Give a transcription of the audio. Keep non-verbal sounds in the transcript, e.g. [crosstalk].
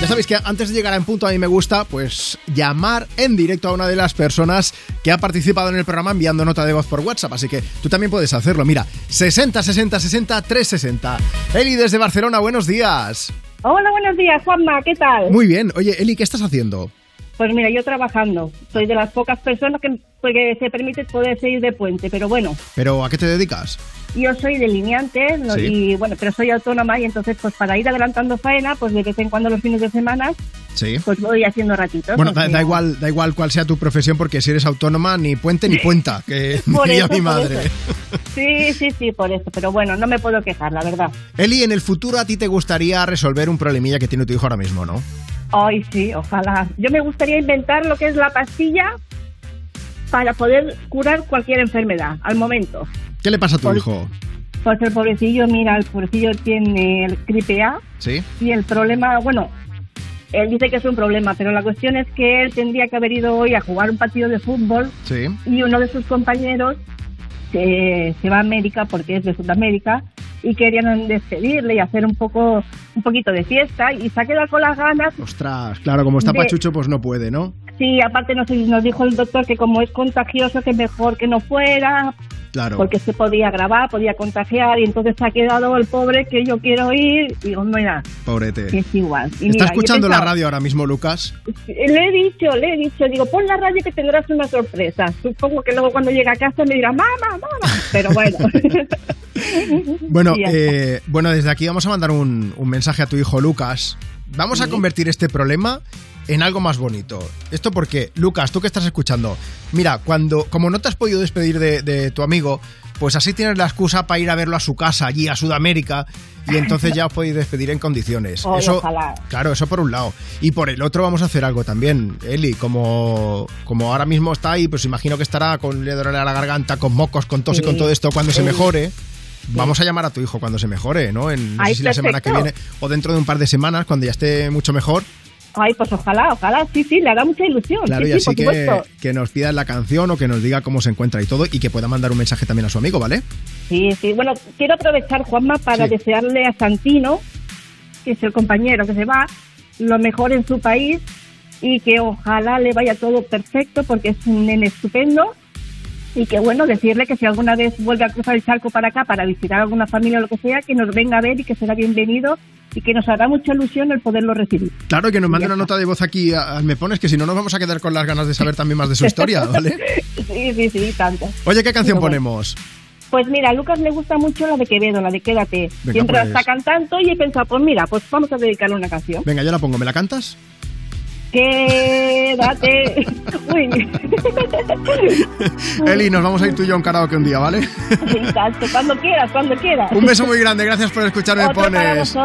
Ya sabéis que antes de llegar a En Punto a mí me gusta, pues llamar en directo a una de las personas que ha participado en el programa enviando nota de voz por WhatsApp. Así que tú también puedes hacerlo. Mira, 60 60 60 360. Eli desde Barcelona, buenos días. Hola, buenos días, Juanma, ¿qué tal? Muy bien. Oye, Eli, ¿qué estás haciendo? Pues mira, yo trabajando. Soy de las pocas personas que, pues, que se permite poder salir de puente, pero bueno. ¿Pero a qué te dedicas? Yo soy delineante no- Sí. y bueno, pero soy autónoma y entonces pues para ir adelantando faena, pues de vez en cuando los fines de semana, Sí. pues voy haciendo ratitos. Bueno, o da, sea. da igual, da igual cuál sea tu profesión, porque si eres autónoma, ni puente ni cuenta, [laughs] que Por diría eso, mi por madre. eso. Sí, sí, sí, por eso. Pero bueno, no me puedo quejar, la verdad. Eli, en el futuro a ti te gustaría resolver un problemilla que tiene tu hijo ahora mismo, ¿no? Ay, sí, ojalá. Yo me gustaría inventar lo que es la pastilla para poder curar cualquier enfermedad al momento. ¿Qué le pasa a tu Por- hijo? Pues el pobrecillo, mira, el pobrecillo tiene el gripe A ¿Sí? y el problema, bueno, él dice que es un problema, pero la cuestión es que él tendría que haber ido hoy a jugar un partido de fútbol Sí. y uno de sus compañeros se, se va a América porque es de Sudamérica y querían despedirle y hacer un poco un poquito de fiesta y se ha quedado con las ganas Ostras, claro, como está De- pachucho, pues no puede, ¿no? sí aparte nos, nos dijo el doctor que como es contagioso que mejor que no fuera Claro. porque se podía grabar podía contagiar y entonces se ha quedado el pobre que yo quiero ir y digo mira Pobrete. que es igual y ¿Está mira, yo escuchando la pensaba- radio ahora mismo, Lucas? le he dicho le he dicho digo pon la radio que tendrás una sorpresa supongo que luego cuando llegue a casa me dirá mamá mamá pero [laughs] bueno [laughs] Bueno, Y ya eh, bueno, desde aquí vamos a mandar un, un mensaje a tu hijo Lucas. Vamos a convertir este problema en algo más bonito. Esto porque, Lucas, tú que estás escuchando, mira, cuando, como no te has podido despedir de, de tu amigo, pues así tienes la excusa para ir a verlo a su casa, allí a Sudamérica, y entonces ya os podéis despedir en condiciones. Ay, eso, ojalá. Claro, eso por un lado. Y por el otro vamos a hacer algo también, Eli, como, como ahora mismo está ahí, pues imagino que estará con le dolerá la garganta, con mocos, con tos y con Sí. todo esto cuando se Sí. mejore. Vamos a llamar a tu hijo cuando se mejore, ¿no? En, no sé Ay, si la semana que perfecto. viene o dentro de un par de semanas, cuando ya esté mucho mejor. Ay, pues ojalá, ojalá, sí, sí, le hará mucha ilusión. Claro, sí, y sí, así por que, supuesto. que nos pidas la canción o que nos diga cómo se encuentra y todo y que pueda mandar un mensaje también a su amigo, ¿vale? Sí, sí. Bueno, quiero aprovechar, Juanma, para Sí. desearle a Santino, que es el compañero que se va, lo mejor en su país y que ojalá le vaya todo perfecto porque es un nene estupendo. Y que bueno, decirle que si alguna vez vuelve a cruzar el charco para acá para visitar a alguna familia o lo que sea, que nos venga a ver y que será bienvenido y que nos hará mucha ilusión el poderlo [laughs] recibir. Claro, que nos mande Ya una está. nota de voz aquí a- a Me Pones, que si no nos vamos a quedar con las ganas de saber también más de su [laughs] historia, ¿vale? Sí, sí, sí, tanto. Oye, ¿qué canción Pero bueno. ponemos? Pues mira, a Lucas le gusta mucho la de Quevedo, la de Quédate. Venga, Siempre pues. la sacan tanto y he pensado, pues mira, pues vamos a dedicarle una canción. Venga, yo la pongo, ¿me la cantas? Quédate. [laughs] Uy, Eli, nos vamos a ir tú y yo a un karaoke un [laughs] día, ¿vale? exacto, cuando quieras, cuando quieras. Un beso muy grande, gracias por escucharme, Otro para pones.